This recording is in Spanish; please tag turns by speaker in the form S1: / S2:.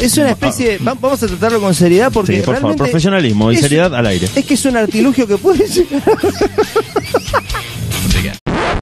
S1: Es una especie de, va- Vamos a tratarlo con seriedad porque.
S2: Ah. Sí, por favor,
S1: realmente
S2: profesionalismo y
S1: es-
S2: seriedad al aire.
S1: Es que es un artilugio que puede llegar.